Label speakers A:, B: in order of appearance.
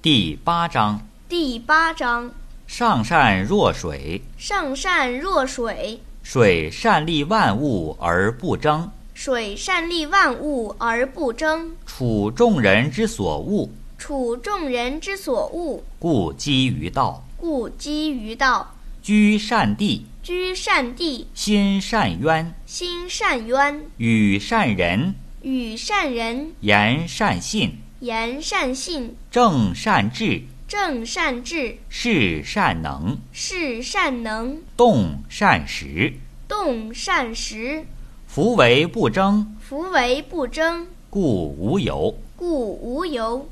A: 第八章：
B: 第八章：
A: 上善若水，
B: 上善若水，
A: 水善利万物而不争，
B: 水善利万物而不争，
A: 处众人之所恶，
B: 处众人之所恶，
A: 故几于道。
B: 故几于道。
A: 居善地，
B: 居善地，
A: 心善渊，
B: 心善渊，
A: 与善人，
B: 与善人，
A: 言善信，
B: 言善信，
A: 正善治，
B: 正善治，
A: 事善能，
B: 事善能，
A: 动善时。
B: 动善时。
A: 夫为不争，
B: 夫为不争，
A: 故无尤。
B: 故无尤。